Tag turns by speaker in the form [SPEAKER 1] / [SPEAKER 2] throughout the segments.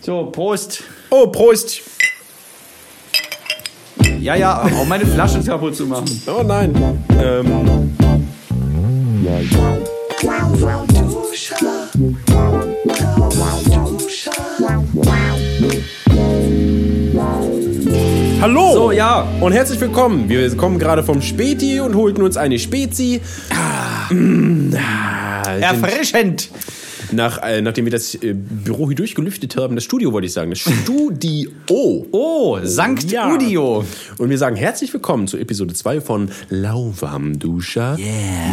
[SPEAKER 1] So, Prost.
[SPEAKER 2] Oh, Prost!
[SPEAKER 1] Ja, ja, auch meine Flasche kaputt zu machen.
[SPEAKER 2] Oh nein. Ähm, hallo!
[SPEAKER 1] So, ja.
[SPEAKER 2] Und herzlich willkommen. Wir kommen gerade vom Späti und holten uns eine Spezi.
[SPEAKER 1] Ah.
[SPEAKER 2] Mm, ah,
[SPEAKER 1] Erfrischend.
[SPEAKER 2] Nach, äh, nachdem wir das äh, Büro hier durchgelüftet haben, das Studio wollte ich sagen, das Studio.
[SPEAKER 1] Oh, Sankt
[SPEAKER 2] Ja.
[SPEAKER 1] Udio.
[SPEAKER 2] Und wir sagen herzlich willkommen zu Episode 2 von Lauwarm Duscher
[SPEAKER 1] Yeah.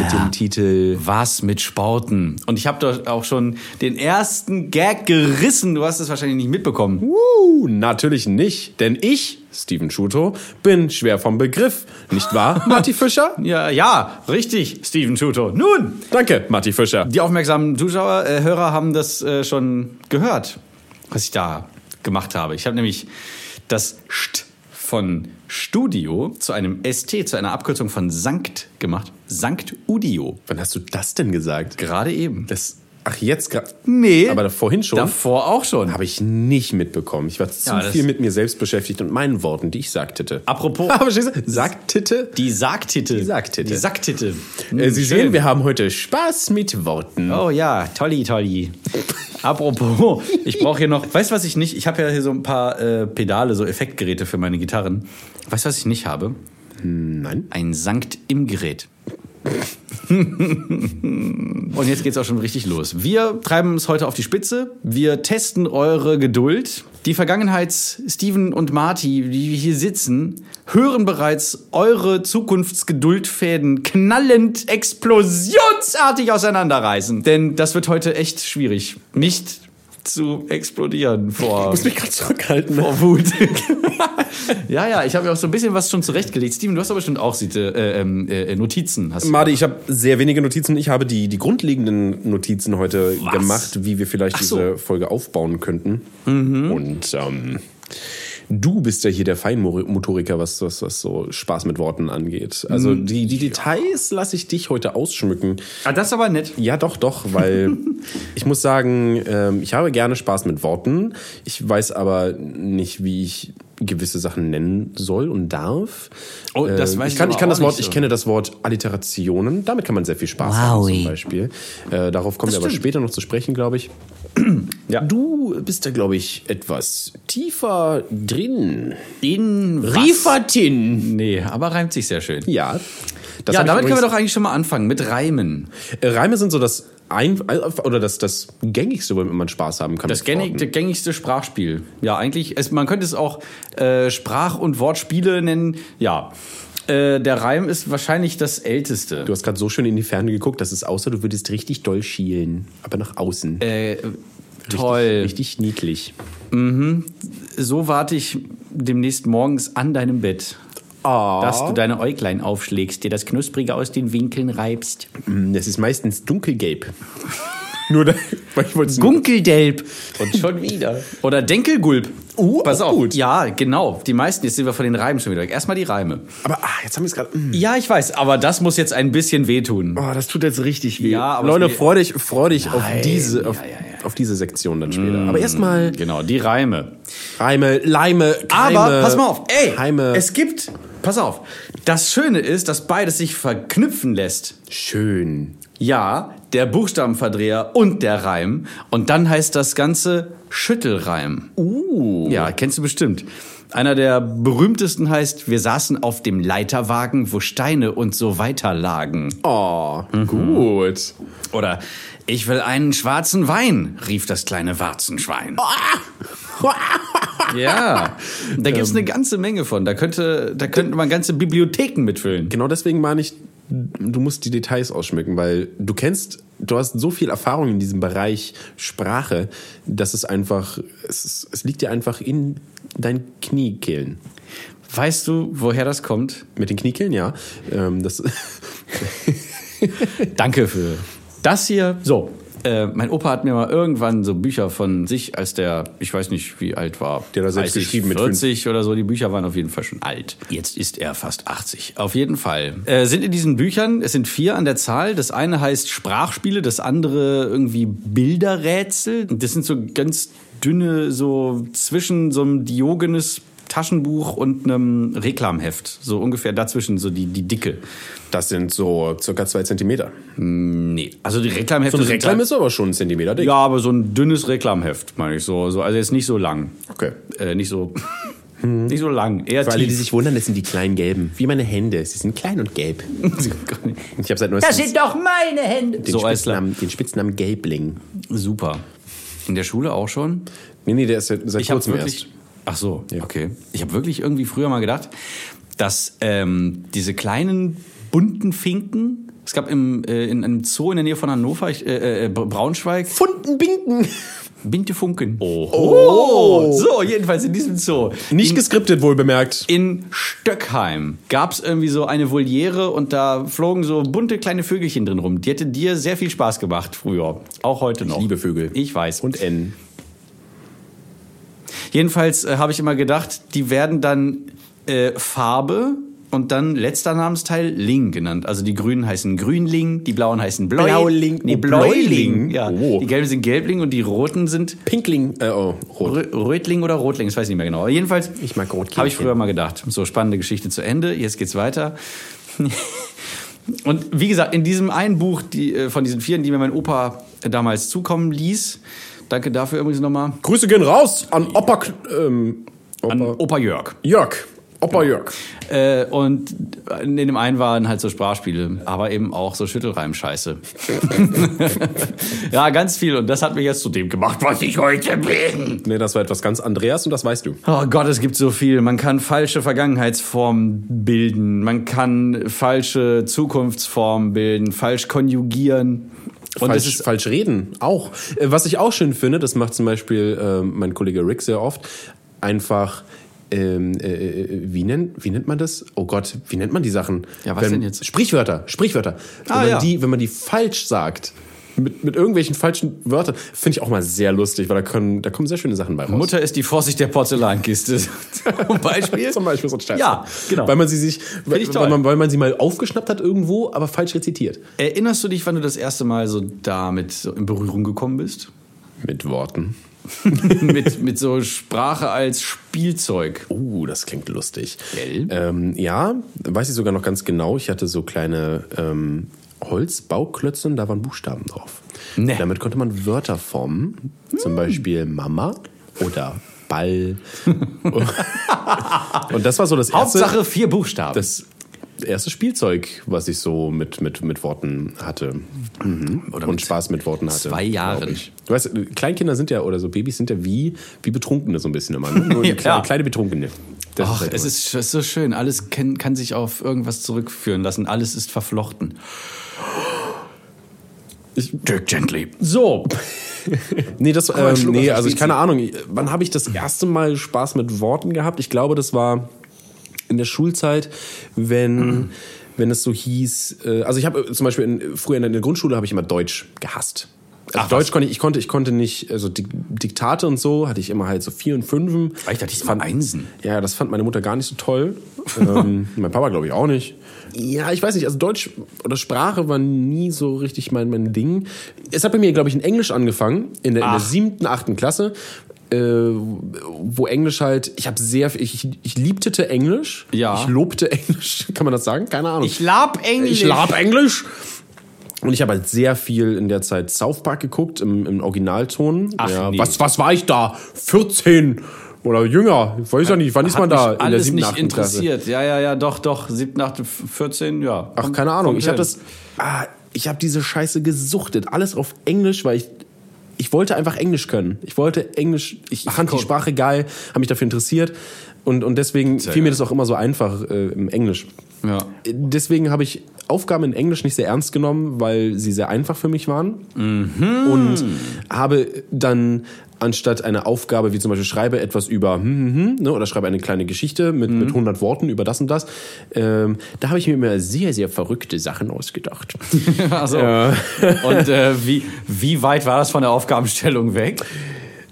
[SPEAKER 2] mit dem Titel
[SPEAKER 1] Was mit Spauten? Und ich habe doch auch schon den ersten Gag gerissen. Du hast es wahrscheinlich nicht mitbekommen.
[SPEAKER 2] Uh, natürlich nicht, denn ich, Steven Schuto, bin schwer vom Begriff, nicht wahr, Matti Fischer?
[SPEAKER 1] Ja, ja, richtig, Steven Schuto. Nun,
[SPEAKER 2] Danke, Matti Fischer.
[SPEAKER 1] die aufmerksamen Zuschauer, äh, Hörer haben das äh, schon gehört, was ich da gemacht habe. Ich habe nämlich das St von Studio zu einem ST, zu einer Abkürzung von Sankt gemacht. Sankt Udio.
[SPEAKER 2] Wann hast du das denn gesagt?
[SPEAKER 1] Gerade eben.
[SPEAKER 2] Das, ach jetzt gerade?
[SPEAKER 1] Nee.
[SPEAKER 2] Aber vorhin schon?
[SPEAKER 1] Davor auch schon.
[SPEAKER 2] Habe ich nicht mitbekommen. Ich war zu
[SPEAKER 1] Ja, das-
[SPEAKER 2] viel mit mir selbst beschäftigt und meinen Worten, die ich sagtete.
[SPEAKER 1] Apropos.
[SPEAKER 2] Aber verstehst du? Sagtete?
[SPEAKER 1] Die Sacktitte. Die
[SPEAKER 2] Sacktitte.
[SPEAKER 1] Die Sacktitte.
[SPEAKER 2] Äh, Sie
[SPEAKER 1] Schön.
[SPEAKER 2] sehen, wir haben heute Spaß mit Worten.
[SPEAKER 1] Oh ja, tolli, tolli. Apropos, ich brauche hier noch. Weißt du, was ich nicht? Ich habe ja hier so ein paar äh, Pedale, so Effektgeräte für meine Gitarren. Weißt du, was ich nicht habe?
[SPEAKER 2] Nein.
[SPEAKER 1] Ein Sankt im Gerät. Und jetzt geht's auch schon richtig los. Wir treiben es heute auf die Spitze. Wir testen eure Geduld. Die Vergangenheits-Steven und Marty, die hier sitzen, hören bereits eure Zukunftsgeduldfäden knallend explosionsartig auseinanderreißen. Denn das wird heute echt schwierig. Nicht zu explodieren vor
[SPEAKER 2] Ich muss mich gerade zurückhalten.
[SPEAKER 1] vor Wut. ja, ja, ich habe mir auch so ein bisschen was schon zurechtgelegt. Steven, du hast aber bestimmt auch Siete, äh, ähm, äh, Notizen. Hast du.
[SPEAKER 2] Madi, ich habe sehr wenige Notizen. Ich habe die, die grundlegenden Notizen heute
[SPEAKER 1] Was?
[SPEAKER 2] gemacht, wie wir vielleicht
[SPEAKER 1] Ach so. Mhm.
[SPEAKER 2] diese Folge aufbauen könnten. Und ähm, du bist ja hier der Feinmotoriker, was, was, was so Spaß mit Worten angeht. Also
[SPEAKER 1] Mhm.
[SPEAKER 2] die, die Details lasse ich dich heute ausschmücken.
[SPEAKER 1] Ah, das ist aber nett.
[SPEAKER 2] Ja, doch, doch, weil ich muss sagen, ähm, ich habe gerne Spaß mit Worten. Ich weiß aber nicht, wie ich gewisse Sachen nennen soll und darf. Ähm,
[SPEAKER 1] Oh, das weiß
[SPEAKER 2] ich kann,
[SPEAKER 1] ich
[SPEAKER 2] ich
[SPEAKER 1] aber
[SPEAKER 2] kann das
[SPEAKER 1] auch
[SPEAKER 2] Wort,
[SPEAKER 1] nicht
[SPEAKER 2] ich
[SPEAKER 1] so.
[SPEAKER 2] kenne das Wort Alliterationen. Damit kann man sehr viel Spaß haben zum
[SPEAKER 1] Wowie.
[SPEAKER 2] Beispiel. Äh, darauf kommen wir aber
[SPEAKER 1] stimmt.
[SPEAKER 2] später noch zu sprechen, glaube ich.
[SPEAKER 1] Ja.
[SPEAKER 2] Du bist da, glaube ich, etwas tiefer drin.
[SPEAKER 1] In
[SPEAKER 2] Riefertin.
[SPEAKER 1] Nee, aber reimt sich sehr schön.
[SPEAKER 2] Ja. Das
[SPEAKER 1] ja, damit können
[SPEAKER 2] habe ich
[SPEAKER 1] wir
[SPEAKER 2] übrigens-
[SPEAKER 1] doch eigentlich schon mal anfangen, mit Reimen.
[SPEAKER 2] Äh, Reime sind so das ein äh, oder das, das gängigste, womit man Spaß haben kann.
[SPEAKER 1] Das
[SPEAKER 2] mit
[SPEAKER 1] gängig,
[SPEAKER 2] Worten.
[SPEAKER 1] das gängigste Sprachspiel. Ja, eigentlich, es, man könnte es auch äh, Sprach- und Wortspiele nennen. Ja, äh, der Reim ist wahrscheinlich das älteste.
[SPEAKER 2] Du hast gerade so schön in die Ferne geguckt, dass es außer du würdest richtig doll schielen, aber nach außen.
[SPEAKER 1] äh, toll.
[SPEAKER 2] Richtig niedlich.
[SPEAKER 1] So warte ich demnächst morgens an deinem Bett.
[SPEAKER 2] Ah.
[SPEAKER 1] Dass du deine Äuglein aufschlägst, dir das Knusprige aus den Winkeln reibst.
[SPEAKER 2] Mm, Das ist meistens dunkelgelb. Nur da, weil ich wollte es nur-
[SPEAKER 1] Gunkeldelb. Und schon wieder. Oder Denkelgulp.
[SPEAKER 2] Uh,
[SPEAKER 1] Pass
[SPEAKER 2] auch
[SPEAKER 1] auf.
[SPEAKER 2] gut.
[SPEAKER 1] Ja, genau. Die meisten, jetzt sind wir von den Reimen schon wieder weg. Erstmal die Reime.
[SPEAKER 2] Aber ah, jetzt haben wir es gerade. mm.
[SPEAKER 1] Ja, ich weiß, aber das muss jetzt ein bisschen wehtun.
[SPEAKER 2] Oh, das tut jetzt richtig weh.
[SPEAKER 1] Ja, aber
[SPEAKER 2] Leute,
[SPEAKER 1] es-
[SPEAKER 2] freu dich, freu dich auf
[SPEAKER 1] Nein,
[SPEAKER 2] diese,
[SPEAKER 1] ja,
[SPEAKER 2] auf,
[SPEAKER 1] ja, ja.
[SPEAKER 2] auf diese Sektion dann später. Aber erstmal
[SPEAKER 1] Genau, die Reime.
[SPEAKER 2] Reime, Leime, Keime,
[SPEAKER 1] Aber pass mal auf, ey,
[SPEAKER 2] Keime.
[SPEAKER 1] es gibt, pass auf, das Schöne ist, dass beides sich verknüpfen lässt.
[SPEAKER 2] schön.
[SPEAKER 1] Ja, der Buchstabenverdreher und der Reim. Und dann heißt das Ganze Schüttelreim.
[SPEAKER 2] Uh.
[SPEAKER 1] Ja, kennst du bestimmt. Einer der berühmtesten heißt, wir saßen auf dem Leiterwagen, wo Steine und so weiter lagen.
[SPEAKER 2] Oh, gut.
[SPEAKER 1] Oder, ich will einen schwarzen Wein, rief das kleine Warzenschwein. Ja, da gibt's eine ganze Menge von. Da könnte, da könnte man ganze Bibliotheken mitfüllen.
[SPEAKER 2] Genau deswegen meine ich, du musst die Details ausschmücken, weil du kennst, du hast so viel Erfahrung in diesem Bereich Sprache, dass es einfach, es, ist, es liegt dir einfach in deinen Kniekehlen.
[SPEAKER 1] Weißt du, woher das kommt?
[SPEAKER 2] Mit den Kniekehlen, ja. Ähm, das,
[SPEAKER 1] Danke für das hier. So, Äh, mein Opa hat mir mal irgendwann so Bücher von sich, als der, ich weiß nicht, wie alt war.
[SPEAKER 2] Der hat das selbst
[SPEAKER 1] 30,
[SPEAKER 2] geschrieben mit
[SPEAKER 1] 40 oder so. Die Bücher waren auf jeden Fall schon alt. Jetzt ist er fast 80. Auf jeden Fall. Äh, sind in diesen Büchern, es sind vier an der Zahl. Das eine heißt Sprachspiele, das andere irgendwie Bilderrätsel. Das sind so ganz dünne, so zwischen so einem Diogenes Taschenbuch und einem Reklamheft. So ungefähr dazwischen, so die, die Dicke.
[SPEAKER 2] Das sind so circa zwei Zentimeter.
[SPEAKER 1] Nee, also die Reklamhefte
[SPEAKER 2] So ein
[SPEAKER 1] sind
[SPEAKER 2] Reklam
[SPEAKER 1] halt-
[SPEAKER 2] ist aber schon ein Zentimeter dick.
[SPEAKER 1] Ja, aber so ein dünnes Reklamheft, meine ich so. so also jetzt nicht so lang.
[SPEAKER 2] Okay.
[SPEAKER 1] Äh, nicht so. Nicht so lang. Eher
[SPEAKER 2] Für alle, die
[SPEAKER 1] tief.
[SPEAKER 2] sich wundern, das sind die kleinen Gelben. Wie meine Hände. Sie sind klein und gelb. Ich habe seit neuestem
[SPEAKER 1] doch meine Hände.
[SPEAKER 2] den,
[SPEAKER 1] So als
[SPEAKER 2] Spitznamen, den Spitznamen Gelbling.
[SPEAKER 1] Super. In der Schule auch schon.
[SPEAKER 2] Nee, nee, der ist seit seit
[SPEAKER 1] Ich habe
[SPEAKER 2] kurzem
[SPEAKER 1] wirklich.
[SPEAKER 2] erst.
[SPEAKER 1] Ach so, okay. Ich habe wirklich irgendwie früher mal gedacht, dass ähm, diese kleinen bunten Finken. Es gab im, äh, in einem Zoo in der Nähe von Hannover, ich, äh, äh, Braunschweig,
[SPEAKER 2] Fundenbinken.
[SPEAKER 1] bunte Funken. Oh. So, jedenfalls in diesem Zoo.
[SPEAKER 2] Nicht geskriptet, wohl bemerkt.
[SPEAKER 1] In Stöckheim gab es irgendwie so eine Voliere und da flogen so bunte kleine Vögelchen drin rum. Die hätte dir sehr viel Spaß gemacht früher. Auch heute noch.
[SPEAKER 2] liebe Vögel.
[SPEAKER 1] Ich weiß.
[SPEAKER 2] Und N.
[SPEAKER 1] Jedenfalls äh, habe ich immer gedacht, die werden dann äh, Farbe und dann letzter Namensteil Ling genannt. Also die Grünen heißen Grünling, die Blauen heißen Bläu
[SPEAKER 2] Blauling.
[SPEAKER 1] Nee,
[SPEAKER 2] Oh,
[SPEAKER 1] Bläuling.
[SPEAKER 2] Bläuling.
[SPEAKER 1] Ja.
[SPEAKER 2] Oh.
[SPEAKER 1] Die Gelben sind Gelbling und die Roten sind
[SPEAKER 2] Pinkling. Äh, oh, rot.
[SPEAKER 1] Rö- Rötling oder Rotling, das weiß ich nicht mehr genau. Aber jedenfalls
[SPEAKER 2] Ich mag Rotkehlchen.
[SPEAKER 1] habe ich früher mal gedacht. So, spannende Geschichte zu Ende. Jetzt geht's weiter. Und wie gesagt, in diesem einen Buch die, äh, von diesen vieren, die mir mein Opa äh, damals zukommen ließ, danke dafür übrigens nochmal,
[SPEAKER 2] Grüße gehen raus an Opa... K- Ähm, Opa
[SPEAKER 1] an Opa Jörg.
[SPEAKER 2] Jörg. Opa Jörg.
[SPEAKER 1] Äh, und in dem einen waren halt so Sprachspiele, aber eben auch so Schüttelreim-Scheiße. ja, ganz viel. Und das hat mich jetzt zu dem gemacht, was ich heute bin.
[SPEAKER 2] Nee, das war etwas ganz Andreas und das weißt du.
[SPEAKER 1] Oh Gott, es gibt so viel. Man kann falsche Vergangenheitsformen bilden. Man kann falsche Zukunftsformen bilden, falsch konjugieren. Und es
[SPEAKER 2] falsch,
[SPEAKER 1] ist
[SPEAKER 2] falsch reden auch. Äh, Was ich auch schön finde, das macht zum Beispiel ähm, mein Kollege Rick sehr oft, einfach. Ähm, äh, äh, wie, nennt, wie nennt man das? Oh Gott, wie nennt man die Sachen?
[SPEAKER 1] Ja, was
[SPEAKER 2] wenn,
[SPEAKER 1] denn jetzt?
[SPEAKER 2] Sprichwörter, Sprichwörter. Wenn,
[SPEAKER 1] Ah,
[SPEAKER 2] man,
[SPEAKER 1] ja.
[SPEAKER 2] die, wenn man die falsch sagt, mit, mit irgendwelchen falschen Wörtern, finde ich auch mal sehr lustig, weil da, können, da kommen sehr schöne Sachen bei raus.
[SPEAKER 1] Mutter ist die Vorsicht der Porzellankiste. Zum Beispiel.
[SPEAKER 2] Zum Beispiel so ein Scheiß.
[SPEAKER 1] Ja, genau.
[SPEAKER 2] Weil man sie sich, weil,
[SPEAKER 1] ich toll.
[SPEAKER 2] weil, man, weil man sie mal aufgeschnappt hat irgendwo, aber falsch rezitiert.
[SPEAKER 1] Erinnerst du dich, wann du das erste Mal so damit so in Berührung gekommen bist?
[SPEAKER 2] Mit Worten.
[SPEAKER 1] mit, mit so Sprache als Spielzeug.
[SPEAKER 2] Uh, das klingt lustig.
[SPEAKER 1] Gell?
[SPEAKER 2] Ähm, ja, weiß ich sogar noch ganz genau. Ich hatte so kleine ähm, Holzbauklötze und da waren Buchstaben drauf.
[SPEAKER 1] Nee. Hm.
[SPEAKER 2] Damit konnte man Wörter formen. Zum Beispiel Mama oder Ball. und das war so das erste,
[SPEAKER 1] Hauptsache vier Buchstaben.
[SPEAKER 2] das erste Spielzeug, was ich so mit, mit, mit Worten hatte.
[SPEAKER 1] Mhm. Oder
[SPEAKER 2] und
[SPEAKER 1] mit
[SPEAKER 2] Spaß mit Worten hatte.
[SPEAKER 1] zwei
[SPEAKER 2] glaub
[SPEAKER 1] Jahren.
[SPEAKER 2] ich. Du weißt, Kleinkinder sind ja, oder so Babys sind ja wie, wie Betrunkene so ein bisschen immer. ne? Nur
[SPEAKER 1] Ja,
[SPEAKER 2] kleine,
[SPEAKER 1] klar.
[SPEAKER 2] kleine Betrunkene. Das
[SPEAKER 1] Ach,
[SPEAKER 2] halt
[SPEAKER 1] es
[SPEAKER 2] immer.
[SPEAKER 1] ist, sch- es ist so schön. Alles kann, kann sich auf irgendwas zurückführen lassen. Alles ist verflochten. Dirk Gently. So.
[SPEAKER 2] Nee, das,
[SPEAKER 1] mal,
[SPEAKER 2] ähm,
[SPEAKER 1] Schluck aus
[SPEAKER 2] nee
[SPEAKER 1] der
[SPEAKER 2] also ich
[SPEAKER 1] Spezi.
[SPEAKER 2] keine Ahnung. Wann habe ich das erste Mal Spaß mit Worten gehabt? Ich glaube, das war in der Schulzeit,
[SPEAKER 1] Mhm.
[SPEAKER 2] wenn, wenn es so hieß. Äh, also ich habe äh, zum Beispiel in, früher in der Grundschule habe ich immer Deutsch gehasst. Also
[SPEAKER 1] Ach,
[SPEAKER 2] Deutsch konnte ich, ich konnte, ich konnte nicht, also Dik- Diktate und so hatte ich immer halt so vier und fünfen.
[SPEAKER 1] Ich dachte, ich war Einsen.
[SPEAKER 2] Ja, das fand meine Mutter gar nicht so toll. ähm, mein Papa, glaube ich, auch nicht. Ja, ich weiß nicht. Also Deutsch oder Sprache war nie so richtig mein, mein Ding. Es hat bei mir, glaube ich, in Englisch angefangen, in der, in der
[SPEAKER 1] Ach.
[SPEAKER 2] siebten, achten Klasse. Äh, wo Englisch halt, ich habe sehr, viel- ich, ich liebtete Englisch.
[SPEAKER 1] Ja.
[SPEAKER 2] Ich lobte Englisch, kann man das sagen? Keine Ahnung.
[SPEAKER 1] Ich lab Englisch.
[SPEAKER 2] Ich lab Englisch. Und ich habe halt sehr viel in der Zeit South Park geguckt, im, im Originalton.
[SPEAKER 1] Ach,
[SPEAKER 2] ja,
[SPEAKER 1] nee.
[SPEAKER 2] was, was war ich da? 14 oder jünger? Ich weiß ja nicht, wann ist
[SPEAKER 1] Hat
[SPEAKER 2] man
[SPEAKER 1] mich
[SPEAKER 2] da in der
[SPEAKER 1] alles
[SPEAKER 2] siebten,
[SPEAKER 1] nicht
[SPEAKER 2] achten Klasse?
[SPEAKER 1] interessiert. Ja, ja, ja, doch, doch. Siebten, achten, f- 14, ja.
[SPEAKER 2] Ach, keine Ahnung. Ich habe das. Ah, ich habe diese Scheiße gesuchtet. Alles auf Englisch, weil ich. Ich wollte einfach Englisch können. Ich wollte Englisch. Ich fand die
[SPEAKER 1] komm.
[SPEAKER 2] Sprache geil, habe mich dafür interessiert. Und, und deswegen fiel mir
[SPEAKER 1] geil.
[SPEAKER 2] das auch immer so einfach äh, im Englisch.
[SPEAKER 1] Ja.
[SPEAKER 2] Deswegen habe ich Aufgaben in Englisch nicht sehr ernst genommen, weil sie sehr einfach für mich waren. Mhm. Und habe dann anstatt einer Aufgabe, wie zum Beispiel schreibe etwas über hm, hm, hm, ne, oder schreibe eine kleine Geschichte mit,
[SPEAKER 1] Mhm.
[SPEAKER 2] mit 100 Worten über das und das, ähm, da habe ich mir immer sehr, sehr verrückte Sachen ausgedacht.
[SPEAKER 1] Also, Und äh, wie, wie weit war das von der Aufgabenstellung weg?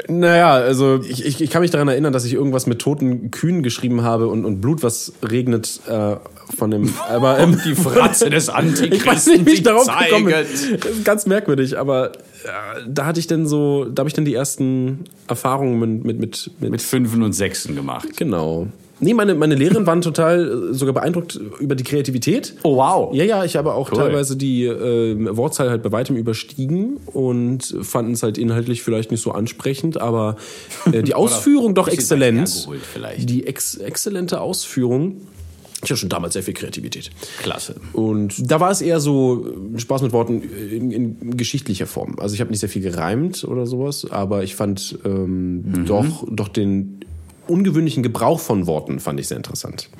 [SPEAKER 2] Naja, also ich, ich, ich kann mich daran erinnern, dass ich irgendwas mit toten Kühen geschrieben habe und, und Blut, was regnet äh, von dem. Aber ähm,
[SPEAKER 1] Die Fratze des Antichristen.
[SPEAKER 2] ich weiß nicht, wie ich
[SPEAKER 1] die
[SPEAKER 2] darauf
[SPEAKER 1] zeiget.
[SPEAKER 2] gekommen bin. Das ist Ganz merkwürdig, aber äh, da hatte ich dann so, da habe ich dann die ersten Erfahrungen mit mit mit, mit,
[SPEAKER 1] Mit Fünfen und Sechsen gemacht.
[SPEAKER 2] genau. Nee, meine meine Lehrerinnen waren total äh, sogar beeindruckt über die Kreativität.
[SPEAKER 1] Oh, wow.
[SPEAKER 2] Ja, ja, ich habe auch teilweise die ähm, Wortzahl halt bei weitem überstiegen und fanden es halt inhaltlich vielleicht nicht so ansprechend, aber äh, die Ausführung doch
[SPEAKER 1] ein bisschen weit
[SPEAKER 2] exzellent.
[SPEAKER 1] hergeholt vielleicht.
[SPEAKER 2] Die ex exzellente Ausführung. Ich hatte schon damals sehr viel Kreativität.
[SPEAKER 1] Klasse.
[SPEAKER 2] Und da war es eher so äh, Spaß mit Worten in, in geschichtlicher Form. Also ich habe nicht sehr viel gereimt oder sowas, aber ich fand ähm, doch, doch den ungewöhnlichen Gebrauch von Worten fand ich sehr interessant.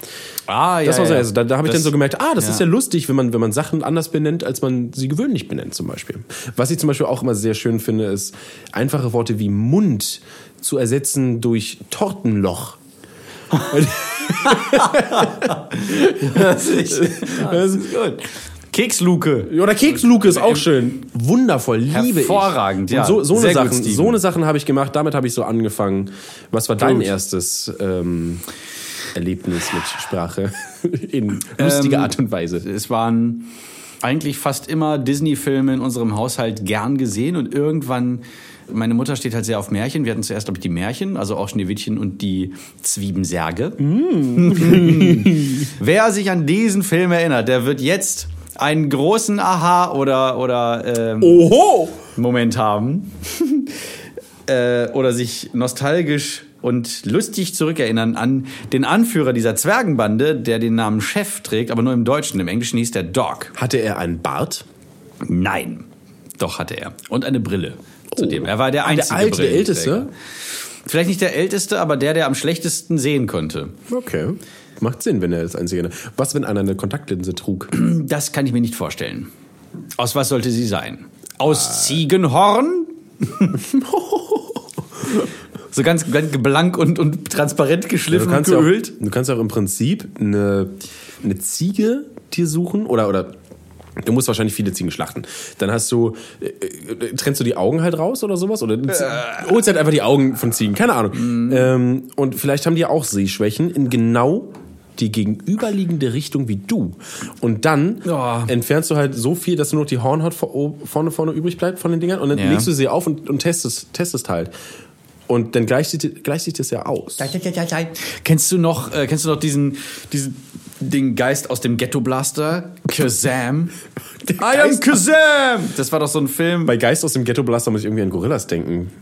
[SPEAKER 1] Ah, ja.
[SPEAKER 2] Das war so,
[SPEAKER 1] ja.
[SPEAKER 2] also da, da habe ich
[SPEAKER 1] Das-
[SPEAKER 2] dann so gemerkt, ah, das
[SPEAKER 1] ja.
[SPEAKER 2] ist ja lustig, wenn man, wenn man Sachen anders benennt, als man sie gewöhnlich benennt, zum Beispiel. Was ich zum Beispiel auch immer sehr schön finde, ist, einfache Worte wie Mund zu ersetzen durch Tortenloch.
[SPEAKER 1] Das ist, das ist gut. Keksluke.
[SPEAKER 2] Oder Keksluke ist auch schön. Wundervoll, liebe
[SPEAKER 1] Hervorragend,
[SPEAKER 2] ich.
[SPEAKER 1] ja.
[SPEAKER 2] Und so, so, eine
[SPEAKER 1] Sehr gut,
[SPEAKER 2] Sachen,
[SPEAKER 1] Steven.
[SPEAKER 2] so eine Sachen habe ich gemacht, damit habe ich so angefangen. Was war dein erstes ähm, Erlebnis mit Sprache in lustiger Art und Weise?
[SPEAKER 1] Ähm, Es waren eigentlich fast immer Disney-Filme in unserem Haushalt gern gesehen und irgendwann. Meine Mutter steht halt sehr auf Märchen. Wir hatten zuerst, glaube ich, die Märchen, also auch Schneewittchen und die Zwiebensärge.
[SPEAKER 2] Mm.
[SPEAKER 1] Wer sich an diesen Film erinnert, der wird jetzt einen großen Aha oder, oder ähm,
[SPEAKER 2] Oho!
[SPEAKER 1] Moment haben äh, oder sich nostalgisch und lustig zurückerinnern an den Anführer dieser Zwergenbande, der den Namen Chef trägt, aber nur im Deutschen. Im Englischen hieß der Dog.
[SPEAKER 2] Hatte er einen Bart?
[SPEAKER 1] Nein, doch hatte er. Und eine Brille. Zudem. Er war der
[SPEAKER 2] Oh. Ah, Der
[SPEAKER 1] einzige.
[SPEAKER 2] alte, der
[SPEAKER 1] Brillenträger.
[SPEAKER 2] älteste?
[SPEAKER 1] Vielleicht nicht der älteste, aber der, der am schlechtesten sehen konnte.
[SPEAKER 2] Okay. Macht Sinn, wenn er das Einzige. Was, wenn einer eine Kontaktlinse trug?
[SPEAKER 1] Das kann ich mir nicht vorstellen. Aus was sollte sie sein? Aus Ziegenhorn? so ganz, ganz blank und, und transparent geschliffen und
[SPEAKER 2] ja auch,
[SPEAKER 1] geölt.
[SPEAKER 2] du kannst ja auch im Prinzip eine, eine Ziege dir suchen oder, oder du musst wahrscheinlich viele Ziegen schlachten. Dann hast du, äh, äh, trennst du die Augen halt raus oder sowas? Oder
[SPEAKER 1] Äh.
[SPEAKER 2] holst halt einfach die Augen von Ziegen, keine Ahnung. Ähm, und vielleicht haben die ja auch Sehschwächen in genau die gegenüberliegende Richtung wie du. Und dann
[SPEAKER 1] Ja.
[SPEAKER 2] entfernst du halt so viel, dass nur noch die Hornhaut vor- o- vorne, vorne übrig bleibt von den Dingern und dann
[SPEAKER 1] Ja.
[SPEAKER 2] legst du sie auf und, und testest, testest halt. Und dann gleicht sich, gleicht sich das ja aus.
[SPEAKER 1] Kennst du noch, äh, kennst du noch diesen, diesen den Geist aus dem Ghetto Blaster? Kazam. I am
[SPEAKER 2] Geist-
[SPEAKER 1] Kazam! Das war doch so ein Film.
[SPEAKER 2] Bei Geist aus dem Ghetto Blaster muss ich irgendwie an Gorillas denken.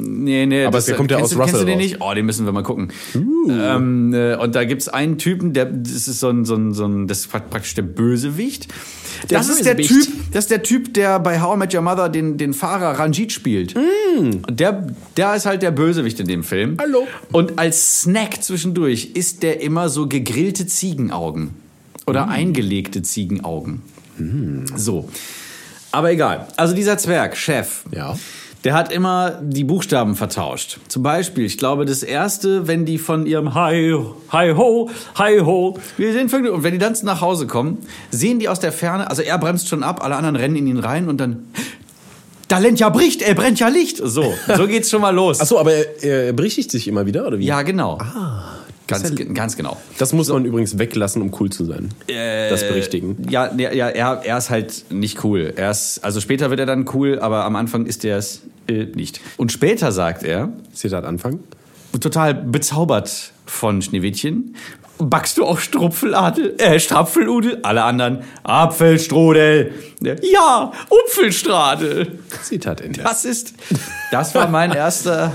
[SPEAKER 1] Nee, nee,
[SPEAKER 2] Aber es kommt ja
[SPEAKER 1] kennst
[SPEAKER 2] aus
[SPEAKER 1] du, Kennst du
[SPEAKER 2] Russell
[SPEAKER 1] den
[SPEAKER 2] raus. Uh.
[SPEAKER 1] nicht? Oh, den müssen wir mal gucken. Ähm, äh, und da gibt's einen Typen, der das ist so ein, so ein, so ein das ist praktisch der Bösewicht.
[SPEAKER 2] Der
[SPEAKER 1] das ist der Typ,
[SPEAKER 2] Bösewicht.
[SPEAKER 1] das ist der Typ, der bei How I Met Your Mother den, den Fahrer Ranjit spielt. Und der, der ist halt der Bösewicht in dem Film.
[SPEAKER 2] Mm. Hallo.
[SPEAKER 1] Und als Snack zwischendurch isst der immer so gegrillte Ziegenaugen oder
[SPEAKER 2] Mm.
[SPEAKER 1] eingelegte Ziegenaugen. So. Aber egal. Also dieser Zwerg, Chef.
[SPEAKER 2] Ja.
[SPEAKER 1] Der hat immer die Buchstaben vertauscht. Zum Beispiel, ich glaube, das erste, wenn die von ihrem Hi, Hi ho, Hi ho, wir sind vergnügt. Und wenn die dann nach Hause kommen, sehen die aus der Ferne, also er bremst schon ab, alle anderen rennen in ihn rein und dann, da lennt ja bricht, er brennt ja Licht. So, so geht's schon mal los.
[SPEAKER 2] Achso, aber er, er berichtigt sich immer wieder, oder wie?
[SPEAKER 1] Ja, genau. ganz, ge- ganz genau.
[SPEAKER 2] Das muss man übrigens weglassen, um cool zu sein.
[SPEAKER 1] Äh.
[SPEAKER 2] das Berichtigen.
[SPEAKER 1] Ja, ja, ja er, er ist halt nicht cool. Er ist, also später wird er dann cool, aber am Anfang ist er es äh, nicht. Und später sagt er,
[SPEAKER 2] Zitat Anfang.
[SPEAKER 1] total bezaubert von Schneewittchen. Backst du auch Strupfeladel, äh, Strapfeludel? Alle anderen, Apfelstrudel. Ja, Upfelstradel.
[SPEAKER 2] Zitat Ende.
[SPEAKER 1] Das ist, das war mein erster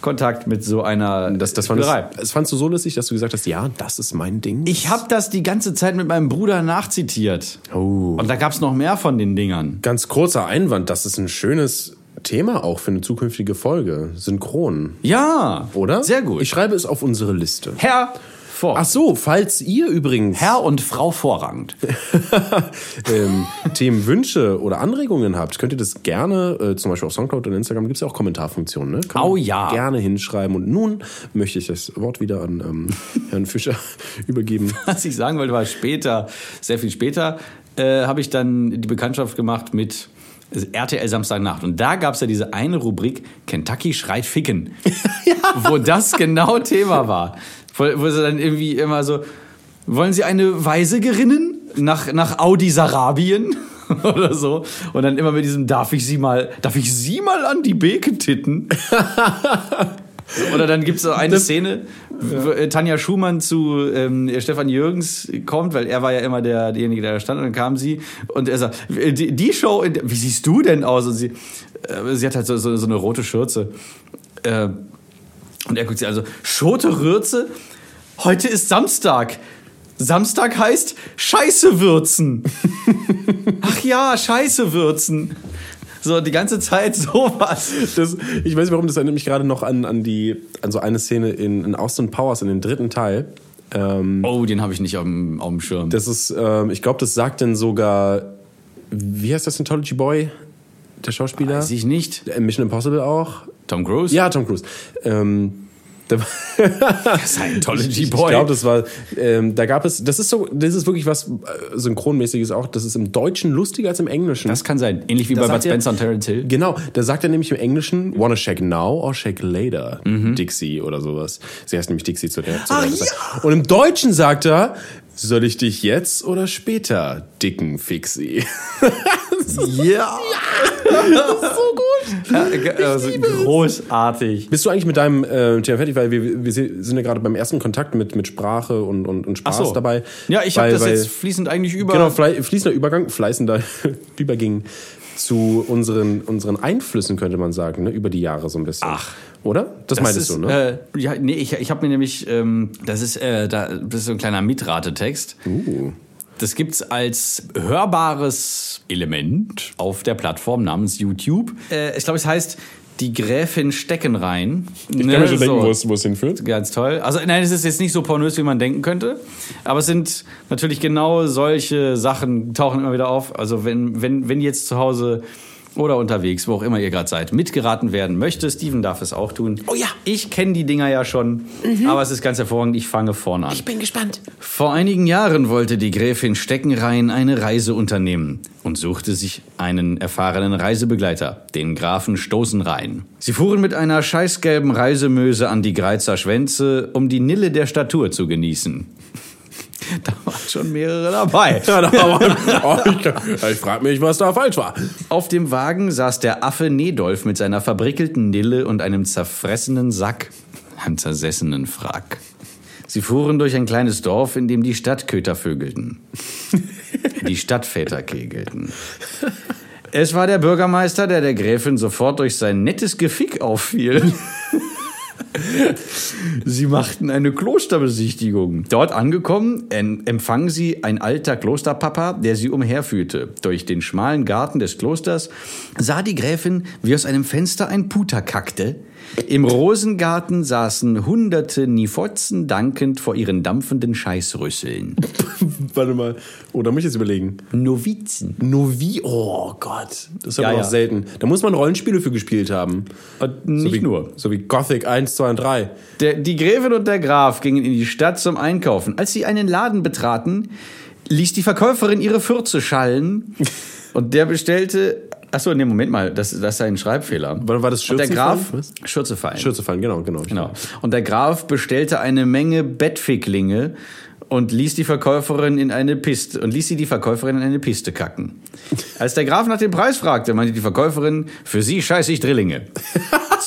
[SPEAKER 1] Kontakt mit so einer
[SPEAKER 2] Das, das, fandest,
[SPEAKER 1] Spielerei.
[SPEAKER 2] das fandst du so lustig, dass du gesagt hast, ja, das ist mein Ding.
[SPEAKER 1] Ich habe das die ganze Zeit mit meinem Bruder nachzitiert.
[SPEAKER 2] Oh.
[SPEAKER 1] Und da gab's noch mehr von den Dingern.
[SPEAKER 2] Ganz kurzer Einwand, das ist ein schönes Thema auch für eine zukünftige Folge. Synchron,
[SPEAKER 1] Ja,
[SPEAKER 2] oder?
[SPEAKER 1] Sehr gut.
[SPEAKER 2] Ich schreibe es auf unsere Liste.
[SPEAKER 1] Herr vor.
[SPEAKER 2] Ach so, falls ihr übrigens
[SPEAKER 1] Herr und Frau vorrangend.
[SPEAKER 2] ähm, Themenwünsche oder Anregungen habt, könnt ihr das gerne, äh, zum Beispiel auf Soundcloud und Instagram gibt es ja auch Kommentarfunktionen. Ne? Kann
[SPEAKER 1] Oh
[SPEAKER 2] man
[SPEAKER 1] ja.
[SPEAKER 2] Gerne hinschreiben. Und nun möchte ich das Wort wieder an ähm, Herrn Fischer übergeben.
[SPEAKER 1] Was ich sagen wollte, war später, sehr viel später, äh, habe ich dann die Bekanntschaft gemacht mit RTL Samstagnacht. Und da gab es ja diese eine Rubrik, Kentucky schreit Ficken, wo das genau Thema war. Wo, wo sie dann irgendwie immer so, wollen Sie eine Weise gerinnen nach, nach Audi-Sarabien? oder so. Und dann immer mit diesem, darf ich sie mal, darf ich sie mal an die Beke titten? Oder dann gibt es eine Szene, wo äh, Tanja Schumann zu ähm, Stefan Jürgens kommt, weil er war ja immer der, derjenige, der da stand. Und dann kam sie und er sagt, äh, die, die Show, in der- wie siehst du denn aus? Und sie, äh, sie hat halt so, so, so eine rote Schürze. Äh, und er guckt sie also, Schote Rürze, heute ist Samstag. Samstag heißt Scheiße würzen. Ach ja, Scheiße würzen. So, die ganze Zeit sowas.
[SPEAKER 2] Das, ich weiß nicht warum, das erinnert mich gerade noch an, an, die, an so eine Szene in, in Austin Powers, in den dritten Teil. Ähm,
[SPEAKER 1] Oh, den habe ich nicht auf dem, auf dem Schirm.
[SPEAKER 2] Das ist, ähm, ich glaube, das sagt dann sogar, wie heißt der Scientology Boy? Der Schauspieler?
[SPEAKER 1] Weiß ich nicht.
[SPEAKER 2] Äh, Mission Impossible auch?
[SPEAKER 1] Tom Cruise?
[SPEAKER 2] Ja, Tom Cruise. Ähm, da,
[SPEAKER 1] Scientology
[SPEAKER 2] ich
[SPEAKER 1] Boy.
[SPEAKER 2] glaube, das war, ähm, da gab es, das ist so, das ist wirklich was äh, Synchronmäßiges auch, das ist im Deutschen lustiger als im Englischen.
[SPEAKER 1] Das kann sein. Ähnlich wie bei Bud
[SPEAKER 2] sagt ihr-
[SPEAKER 1] Spencer und Terrence Hill.
[SPEAKER 2] Genau, da sagt er nämlich im Englischen, wanna shake now or shake later, Dixie oder sowas. Sie heißt nämlich Dixie zu der zu
[SPEAKER 1] Ach
[SPEAKER 2] der
[SPEAKER 1] Mhm. Ah, ja!
[SPEAKER 2] Zeit. Und im Deutschen sagt er, soll ich dich jetzt oder später dicken Fixie?
[SPEAKER 1] Ja. das ist so gut. also, großartig.
[SPEAKER 2] Bist du eigentlich mit deinem äh, Thema fertig? Weil wir, wir se- sind ja gerade beim ersten Kontakt mit, mit Sprache und, und, und Spaß dabei.
[SPEAKER 1] Ja, ich
[SPEAKER 2] Weil-
[SPEAKER 1] habe das
[SPEAKER 2] weil-
[SPEAKER 1] jetzt fließend eigentlich über.
[SPEAKER 2] Genau, flei- fließender Übergang, fleißender Übergang zu unseren, unseren Einflüssen, könnte man sagen, ne? über die Jahre so ein bisschen.
[SPEAKER 1] Ach.
[SPEAKER 2] Oder? Das, meintest
[SPEAKER 1] ist,
[SPEAKER 2] du, ne?
[SPEAKER 1] Äh, ja, nee, ich, ich habe mir nämlich, ähm, das ist, äh, da, das ist so ein kleiner Mitratetext.
[SPEAKER 2] uh.
[SPEAKER 1] Das gibt's als hörbares Element auf der Plattform namens YouTube. Äh, ich glaube, es heißt die Gräfin Steckenrein. Ich
[SPEAKER 2] Ich kann mir schon denken, wo es- wo es hinführt.
[SPEAKER 1] Ganz toll. Also nein, es ist jetzt nicht so pornös, wie man denken könnte. Aber es sind natürlich genau solche Sachen, tauchen immer wieder auf. Also wenn, wenn, wenn jetzt zu Hause oder unterwegs, wo auch immer ihr gerade seid, mitgeraten werden möchte, Steven darf es auch tun. Oh
[SPEAKER 3] ja. Mhm.
[SPEAKER 1] Ich kenne die Dinger ja schon, aber es ist ganz hervorragend. Ich fange vorne an.
[SPEAKER 3] Ich bin gespannt.
[SPEAKER 1] Vor einigen Jahren wollte die Gräfin Steckenrein eine Reise unternehmen und suchte sich einen erfahrenen Reisebegleiter, den Grafen Stoßenrein. Sie fuhren mit einer scheißgelben Reisemöse an die Greizer Schwänze, um die Nille der Statur zu genießen. Da waren schon mehrere dabei.
[SPEAKER 2] Ja, da war oh, ich ich frage mich, was da falsch war.
[SPEAKER 1] Auf dem Wagen saß der Affe Nedolf mit seiner verbrickelten Nille und einem zerfressenen Sack, einem zersessenen Frack. Sie fuhren durch ein kleines Dorf, in dem die Stadtköter vögelten. Die Stadtväter kegelten. Es war der Bürgermeister, der der Gräfin sofort durch sein nettes Gefick auffiel. Sie machten eine Klosterbesichtigung. Dort angekommen, en- empfangen sie ein alter Klosterpapa, der sie umherführte. Durch den schmalen Garten des Klosters sah die Gräfin, wie aus einem Fenster ein Puter kackte. Im Rosengarten saßen hunderte Nifotzen dankend vor ihren dampfenden Scheißrüsseln.
[SPEAKER 2] Warte mal. Oh, da muss ich jetzt überlegen.
[SPEAKER 1] Novizen.
[SPEAKER 2] Novi, oh Gott. Das hört
[SPEAKER 1] Ja,
[SPEAKER 2] man
[SPEAKER 1] ja.
[SPEAKER 2] auch selten. Da muss man Rollenspiele für gespielt haben.
[SPEAKER 1] Und nicht
[SPEAKER 2] so wie,
[SPEAKER 1] nur.
[SPEAKER 2] So wie Gothic 1, 2 und 3.
[SPEAKER 1] Der, die Gräfin und der Graf gingen in die Stadt zum Einkaufen. Als sie einen Laden betraten, ließ die Verkäuferin ihre Fürze schallen und der bestellte. Achso, nee, Moment mal, das, das ist ein Schreibfehler.
[SPEAKER 2] War- war das
[SPEAKER 1] und der Graf?
[SPEAKER 2] Schürzefallen?
[SPEAKER 1] Schürze fallen.
[SPEAKER 2] Schürze fallen, genau, genau.
[SPEAKER 1] Genau. Und der Graf bestellte eine Menge Bettficklinge und ließ die Verkäuferin in eine Piste und ließ sie die Verkäuferin in eine Piste kacken. Als der Graf nach dem Preis fragte, meinte die Verkäuferin, für sie scheiß ich Drillinge.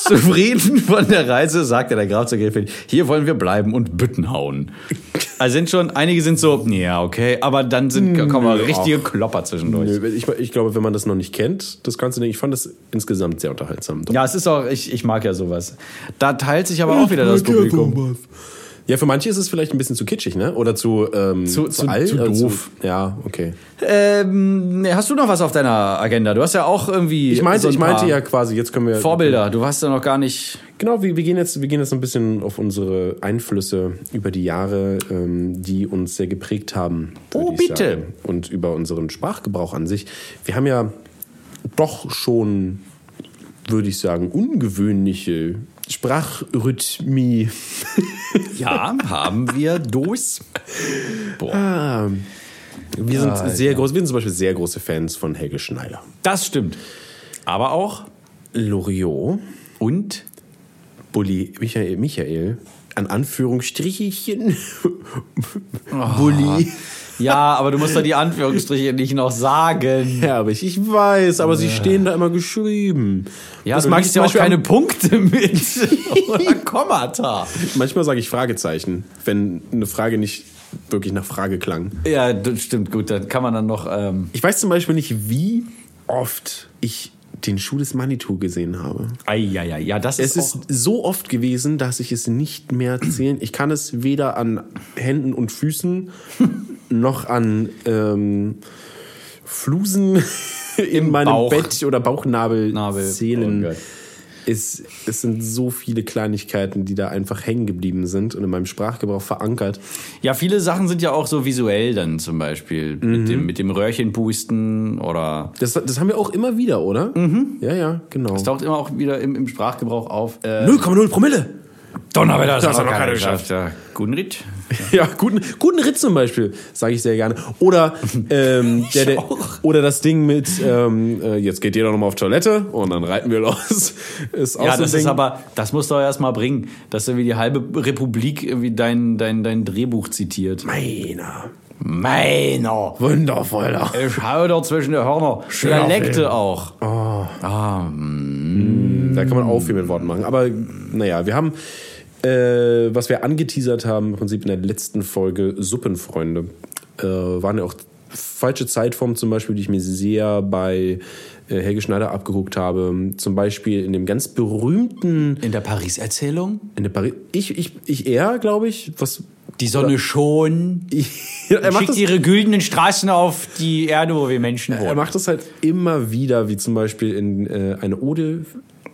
[SPEAKER 1] Zufrieden von der Reise sagte der Graf zur Gräfin, hier wollen wir bleiben und Bütten hauen. Also sind schon, einige sind so, ja, okay, aber dann sind, kommen mal richtige Klopper zwischendurch.
[SPEAKER 2] Nö, Ich, ich glaube, wenn man das noch nicht kennt, das ganze Ding, ich fand das insgesamt sehr unterhaltsam.
[SPEAKER 1] Ja, es ist auch, ich, ich mag ja sowas. Da teilt sich aber auch wieder das Publikum.
[SPEAKER 2] Ja, für manche ist es vielleicht ein bisschen zu kitschig, ne? Oder zu, ähm,
[SPEAKER 1] Zu- zu-
[SPEAKER 2] alt.
[SPEAKER 1] zu
[SPEAKER 2] äh,
[SPEAKER 1] doof.
[SPEAKER 2] ja, okay.
[SPEAKER 1] Ähm, hast du noch was auf deiner Agenda? Du hast ja auch irgendwie.
[SPEAKER 2] Ich meinte,
[SPEAKER 1] so ein
[SPEAKER 2] ich meinte
[SPEAKER 1] paar
[SPEAKER 2] ja quasi, jetzt können wir.
[SPEAKER 1] Vorbilder. Du warst ja noch gar nicht.
[SPEAKER 2] Genau, wir, wir, gehen jetzt, wir gehen jetzt ein bisschen auf unsere Einflüsse über die Jahre, ähm, die uns sehr geprägt haben.
[SPEAKER 1] Oh,
[SPEAKER 2] würde ich
[SPEAKER 1] bitte.
[SPEAKER 2] sagen. Und über unseren Sprachgebrauch an sich. Wir haben ja doch schon, würde ich sagen, ungewöhnliche Sprachrhythmie.
[SPEAKER 1] Ja, haben wir Dos.
[SPEAKER 2] Ah, wir sind
[SPEAKER 1] Ah,
[SPEAKER 2] sehr groß, wir sind zum Beispiel sehr große Fans von Helge Schneider.
[SPEAKER 1] Das stimmt. Aber auch
[SPEAKER 2] Loriot,
[SPEAKER 1] und
[SPEAKER 2] Bulli, Michael, Michael, an Anführungsstrichen,
[SPEAKER 1] Ah.
[SPEAKER 2] Bulli.
[SPEAKER 1] ja, aber du musst doch die Anführungsstriche nicht noch sagen.
[SPEAKER 2] Herbig, ich weiß, aber sie stehen da immer geschrieben.
[SPEAKER 1] Ja,
[SPEAKER 2] das
[SPEAKER 1] du
[SPEAKER 2] mag ich
[SPEAKER 1] liest
[SPEAKER 2] zum
[SPEAKER 1] ja auch
[SPEAKER 2] Beispiel
[SPEAKER 1] keine
[SPEAKER 2] keine.
[SPEAKER 1] Punkte mit oder Kommata.
[SPEAKER 2] Manchmal sage ich Fragezeichen, wenn eine Frage nicht wirklich nach Frage klang.
[SPEAKER 1] Ja, das stimmt gut. Dann kann man dann noch. Ähm,
[SPEAKER 2] Ich weiß zum Beispiel nicht, wie oft ich den Schuh des Manitou gesehen habe.
[SPEAKER 1] ja, ja, ja, das
[SPEAKER 2] Es ist so oft gewesen, dass ich es nicht mehr zählen. Ich kann es weder an Händen und Füßen noch an ähm, Flusen in meinem
[SPEAKER 1] Bauch.
[SPEAKER 2] Bett oder Bauchnabel
[SPEAKER 1] Nabel.
[SPEAKER 2] zählen.
[SPEAKER 1] Oh Gott.
[SPEAKER 2] es, es sind so viele Kleinigkeiten, die da einfach hängen geblieben sind und in meinem Sprachgebrauch verankert.
[SPEAKER 1] Ja, viele Sachen sind ja auch so visuell dann zum Beispiel.
[SPEAKER 2] Mhm.
[SPEAKER 1] Mit, dem, mit dem Röhrchen pusten oder.
[SPEAKER 2] Das, das haben wir auch immer wieder, oder?
[SPEAKER 1] Mhm.
[SPEAKER 2] Ja, ja, genau.
[SPEAKER 1] Es taucht immer auch wieder im, im Sprachgebrauch auf. Äh,
[SPEAKER 2] 0,0 Promille!
[SPEAKER 1] Donnerwetter,
[SPEAKER 2] das hat noch keiner geschafft.
[SPEAKER 1] Ja. Guten Ritt.
[SPEAKER 2] Ja, guten, guten Ritt zum Beispiel, sage ich sehr gerne. Oder, ähm, der, der, oder das Ding mit, ähm, äh, jetzt geht jeder nochmal auf Toilette und dann reiten wir los. Ist auch
[SPEAKER 1] Ja,
[SPEAKER 2] so ein
[SPEAKER 1] das
[SPEAKER 2] Ding.
[SPEAKER 1] ist aber, das musst du doch erstmal bringen, dass irgendwie die halbe Republik irgendwie dein, dein, dein Drehbuch zitiert.
[SPEAKER 2] Meiner.
[SPEAKER 1] Meiner.
[SPEAKER 2] Wundervoller.
[SPEAKER 1] Ich hau doch zwischen die Hörner.
[SPEAKER 2] Schöner Film.
[SPEAKER 1] Dialekte auch. Ah,
[SPEAKER 2] Ähm, Da kann man auch viel mit Worten machen. Aber naja, wir haben, äh, was wir angeteasert haben, im Prinzip in der letzten Folge Suppenfreunde, äh, waren ja auch falsche Zeitformen zum Beispiel, die ich mir sehr bei äh, Helge Schneider abgeguckt habe. Zum Beispiel in dem ganz berühmten
[SPEAKER 1] in der Paris-Erzählung?
[SPEAKER 2] In der Paris. Ich, ich, ich eher, glaube ich, was.
[SPEAKER 1] Die Sonne schon.
[SPEAKER 2] er, macht
[SPEAKER 1] schickt
[SPEAKER 2] das,
[SPEAKER 1] ihre güldenen Straßen auf die Erde, wo wir Menschen wohnen.
[SPEAKER 2] er macht das halt immer wieder, wie zum Beispiel in äh, eine Ode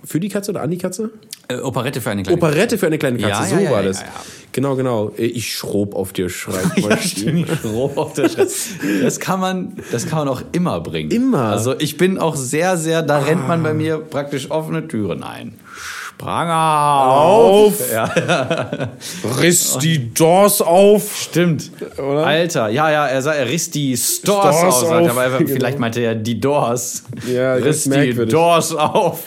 [SPEAKER 2] für die Katze oder an die Katze?
[SPEAKER 1] Äh, Operette für eine kleine
[SPEAKER 2] Operette für eine kleine Katze,
[SPEAKER 1] Ja,
[SPEAKER 2] so
[SPEAKER 1] ja, ja,
[SPEAKER 2] war
[SPEAKER 1] ja,
[SPEAKER 2] das.
[SPEAKER 1] ja, ja.
[SPEAKER 2] Genau, genau. Äh, Ich schrob auf dir, schreibt
[SPEAKER 1] Ja, stimmt. Roh auf der Straße. Das kann man, das kann man auch immer bringen.
[SPEAKER 2] Immer. Ah.
[SPEAKER 1] Also ich bin auch sehr, sehr, da rennt man bei mir praktisch offene Türen ein. Spranger
[SPEAKER 2] Auf!
[SPEAKER 1] Oh.
[SPEAKER 2] Riss die Doors auf!
[SPEAKER 1] Stimmt,
[SPEAKER 2] Oder?
[SPEAKER 1] Alter, ja, ja, er, sah, er riss die Stores,
[SPEAKER 2] Stores
[SPEAKER 1] auf, sagt er,
[SPEAKER 2] auf,
[SPEAKER 1] aber er,
[SPEAKER 2] genau.
[SPEAKER 1] vielleicht meinte er die Doors.
[SPEAKER 2] Ja,
[SPEAKER 1] riss
[SPEAKER 2] ganz
[SPEAKER 1] die
[SPEAKER 2] merkwürdig.
[SPEAKER 1] Doors auf.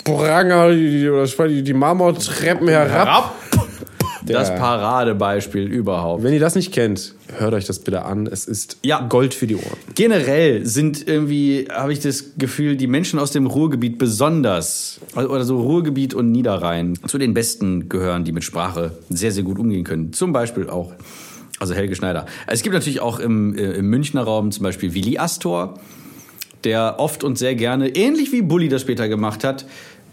[SPEAKER 2] Spranger die, oder sprang die, die Marmortreppen herab.
[SPEAKER 1] Rapp. Das
[SPEAKER 2] Ja.
[SPEAKER 1] Paradebeispiel überhaupt.
[SPEAKER 2] Wenn ihr das nicht kennt, hört euch das bitte an. Es ist
[SPEAKER 1] Ja.
[SPEAKER 2] Gold für die Ohren.
[SPEAKER 1] Generell sind irgendwie, habe ich das Gefühl, die Menschen aus dem Ruhrgebiet besonders, also- oder so Ruhrgebiet und Niederrhein, zu den Besten gehören, die mit Sprache sehr, sehr gut umgehen können. Zum Beispiel auch, also Helge Schneider. Es gibt natürlich auch im, äh, im Münchner Raum zum Beispiel Willi Astor, der oft und sehr gerne, ähnlich wie Bulli das später gemacht hat,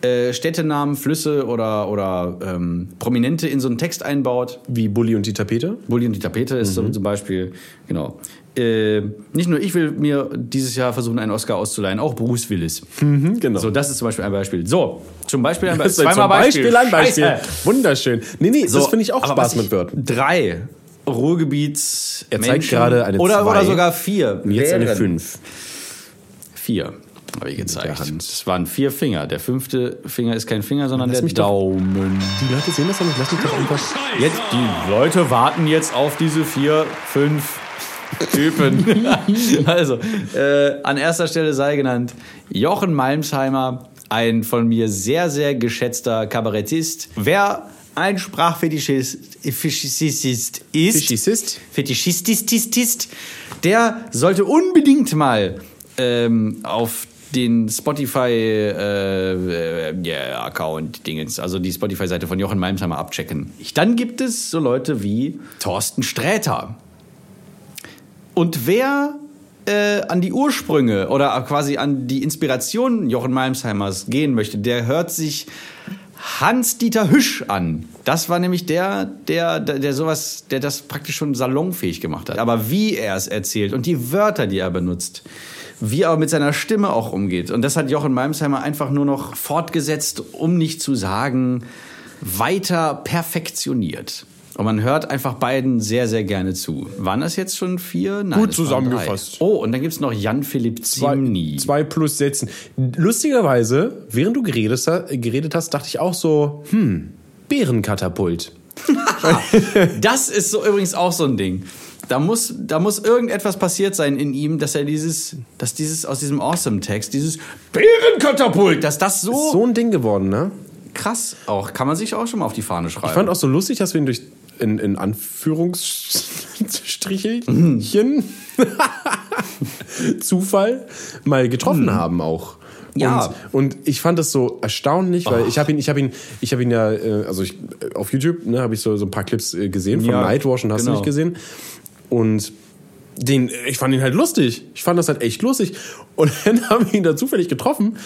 [SPEAKER 1] äh, Städtenamen, Flüsse oder, oder ähm, Prominente in so einen Text einbaut.
[SPEAKER 2] Wie Bulli und die Tapete?
[SPEAKER 1] Bulli und die Tapete ist
[SPEAKER 2] Mhm.
[SPEAKER 1] so zum Beispiel, genau. Äh, nicht nur ich will mir dieses Jahr versuchen, einen Oscar auszuleihen, auch Bruce Willis.
[SPEAKER 2] Genau.
[SPEAKER 1] So, das ist zum Beispiel ein Beispiel. So, zum Beispiel ein
[SPEAKER 2] Das
[SPEAKER 1] Beispiel.
[SPEAKER 2] ist zum Beispiel ein Beispiel.
[SPEAKER 1] Scheiße.
[SPEAKER 2] Wunderschön. Nee, nee,
[SPEAKER 1] So,
[SPEAKER 2] das finde ich auch
[SPEAKER 1] aber
[SPEAKER 2] Spaß
[SPEAKER 1] was
[SPEAKER 2] mit
[SPEAKER 1] ich-
[SPEAKER 2] Wörtern.
[SPEAKER 1] Drei Ruhrgebiets.
[SPEAKER 2] Er zeigt gerade eine
[SPEAKER 1] oder,
[SPEAKER 2] Zwei.
[SPEAKER 1] oder sogar vier.
[SPEAKER 2] Jetzt eine
[SPEAKER 1] wären-
[SPEAKER 2] 5.
[SPEAKER 1] Vier. Habe ich
[SPEAKER 2] der
[SPEAKER 1] gezeigt.
[SPEAKER 2] Hand.
[SPEAKER 1] Das waren vier Finger. Der fünfte Finger ist kein Finger, sondern
[SPEAKER 2] Lass
[SPEAKER 1] der
[SPEAKER 2] mich doch-
[SPEAKER 1] Daumen.
[SPEAKER 2] Die Leute sehen das ja nicht. Lass mich doch einfach.
[SPEAKER 1] Jetzt, die Leute warten jetzt auf diese vier, fünf Typen. also, äh, an erster Stelle sei genannt Jochen Malmsheimer, ein von mir sehr, sehr geschätzter Kabarettist. Wer ein Sprachfetischist Fetischist ist,
[SPEAKER 2] Fischisist?
[SPEAKER 1] Fetischististist, der sollte unbedingt mal ähm, auf den Spotify-Account äh, ja, Account Dingens, also die Spotify-Seite von Jochen Malmsheimer abchecken. Dann gibt es so Leute wie Thorsten Sträter. Und wer äh, an die Ursprünge oder quasi an die Inspiration Jochen Malmsheimers gehen möchte, der hört sich Hans-Dieter Hüsch an. Das war nämlich der, der, der, der sowas, der das praktisch schon salonfähig gemacht hat. Aber wie er es erzählt und die Wörter, die er benutzt, wie er mit seiner Stimme auch umgeht. Und das hat Jochen Malmsheimer einfach nur noch fortgesetzt, um nicht zu sagen, weiter perfektioniert. Und man hört einfach beiden sehr, sehr gerne zu. Waren das jetzt schon vier? Nein,
[SPEAKER 2] Gut
[SPEAKER 1] es waren drei.
[SPEAKER 2] zusammengefasst.
[SPEAKER 1] Oh, und dann gibt's noch Jan-Philipp Zimny.
[SPEAKER 2] Zwei, zwei plus Sätzen. Lustigerweise, während du geredet, ha- geredet hast, dachte ich auch so, hm, Bärenkatapult.
[SPEAKER 1] Das ist so übrigens auch so ein Ding. Da muss, da muss irgendetwas passiert sein in ihm, dass er dieses, dass dieses aus diesem Awesome-Text, dieses Bärenkatapult, dass das so,
[SPEAKER 2] So ein Ding geworden, ne?
[SPEAKER 1] krass auch, kann man sich auch schon mal auf die Fahne schreiben.
[SPEAKER 2] Ich fand auch so lustig, dass wir ihn durch in, in Anführungsstrichelchen Zufall mal getroffen haben auch.
[SPEAKER 1] Ja.
[SPEAKER 2] Und, und ich fand das so erstaunlich, weil ich habe ihn, ich habe ihn, ich habe ihn ja, äh, also ich, äh, auf YouTube ne, habe ich so, so ein paar Clips äh, gesehen von
[SPEAKER 1] Ja,
[SPEAKER 2] Nightwash und hast
[SPEAKER 1] genau.
[SPEAKER 2] du nicht gesehen. Und den, ich fand ihn halt lustig. Ich fand das halt echt lustig. Und dann haben wir ihn da zufällig getroffen.